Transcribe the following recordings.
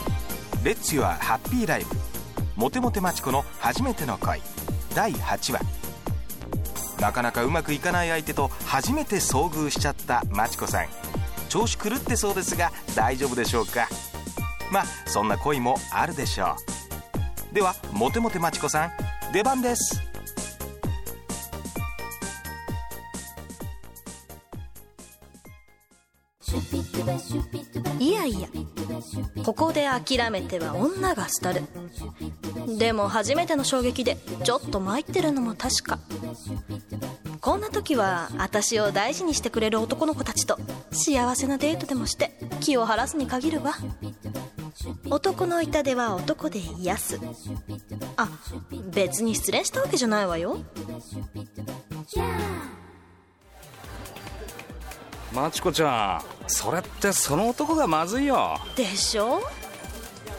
「レッツ・ユア・ハッピー・ライフ」モテモテマチコの初めての恋第8話なかなかうまくいかない相手と初めて遭遇しちゃったマチコさん調子狂ってそうですが大丈夫でしょうかまあそんな恋もあるでしょうではモテモテマチコさん出番ですいやいやここで諦めては女が廃るでも初めての衝撃でちょっと参ってるのも確かこんな時は私を大事にしてくれる男の子たちと幸せなデートでもして気を晴らすに限るわ男の痛手は男で癒すあ別に失恋したわけじゃないわよマチコちゃんそれってその男がまずいよでしょ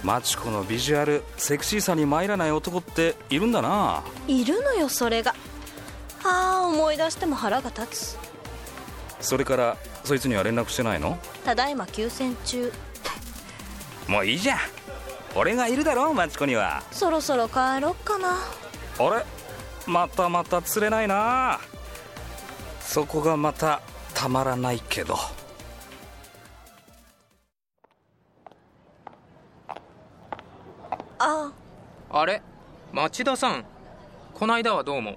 マチコのビジュアルセクシーさに参らない男っているんだないるのよそれがああ思い出しても腹が立つそれからそいつには連絡してないのただいま休戦中もういいじゃん俺がいるだろマチコにはそろそろ帰ろっかなあれまたまた釣れないなそこがまたたまらないけどああれ町田さんこないだはどうも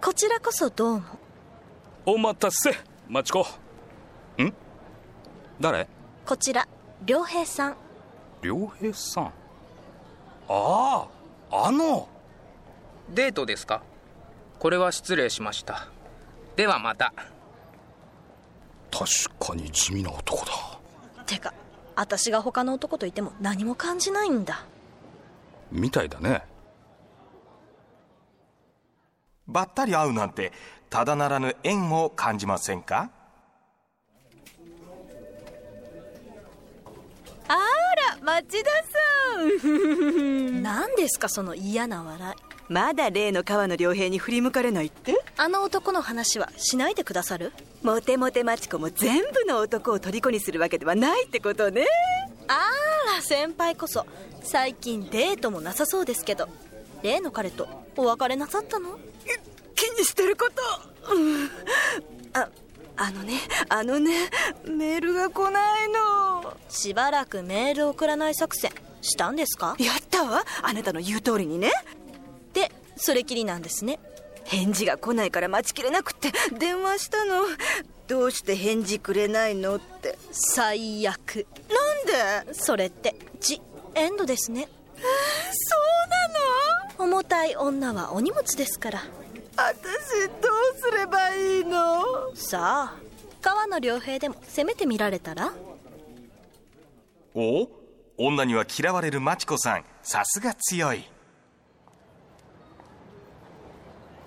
こちらこそどうもお待たせマチコん誰こちら良平さん良平さんあああのデートですかこれは失礼しましたではまた確かに地味な男だてか私が他の男といても何も感じないんだみたいだねばったり会うなんてただならぬ縁を感じませんかあら町田さん何ですかその嫌な笑いまだ例の川野良平に振り向かれないってあの男の話はしないでくださるモテモテマチコも全部の男を虜にするわけではないってことねあら先輩こそ最近デートもなさそうですけど例の彼とお別れなさったの気にしてること、うん、ああのねあのねメールが来ないのしばらくメール送らない作戦したんですかやったわあなたの言う通りにねでそれきりなんですね返事が来ないから待ちきれなくって電話したのどうして返事くれないのって最悪なんでそれってジ・エンドですねそうなの重たい女はお荷物ですから私どうすればいいのさあ川野良平でもせめて見られたらお女には嫌われるマチコさんさすが強い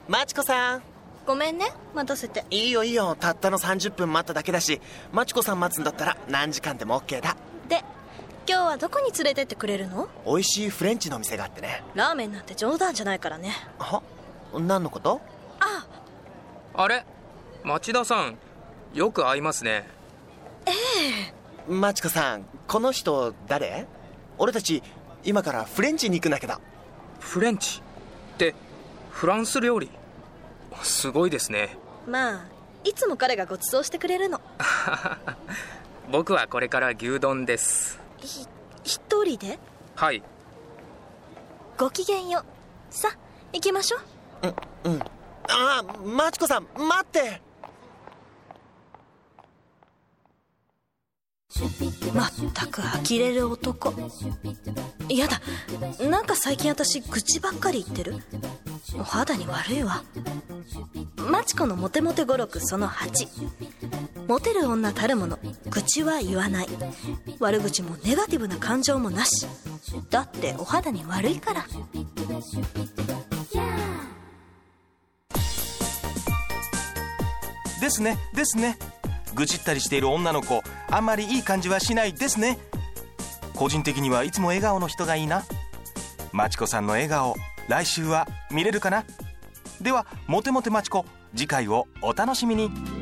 マチコさんごめんね待たせていいよいいよたったの30分待っただけだしマチコさん待つんだったら何時間でも OK だで今日はどこに連れてってくれるの美味しいフレンチの店があってねラーメンなんて冗談じゃないからねは何のことああれ町田さんよく会いますねええマチコさんこの人誰俺たち今からフレンチに行くんだけどフレンチってフランス料理すごいですねまあいつも彼がご馳走してくれるの僕はこれから牛丼ですひ一人ではいごきげんようさ行きましょううんああマチコさん待ってまったく呆れる男やだなんか最近私愚痴ばっかり言ってるお肌に悪いわマチコのモテモテ語録その8モテる女たるもの愚痴は言わない悪口もネガティブな感情もなしだってお肌に悪いからですねですね愚痴ったりしている女の子あんまりいい感じはしないですね個人的にはいつも笑顔の人がいいなマチコさんの笑顔来週は見れるかなではモテモテマチコ次回をお楽しみに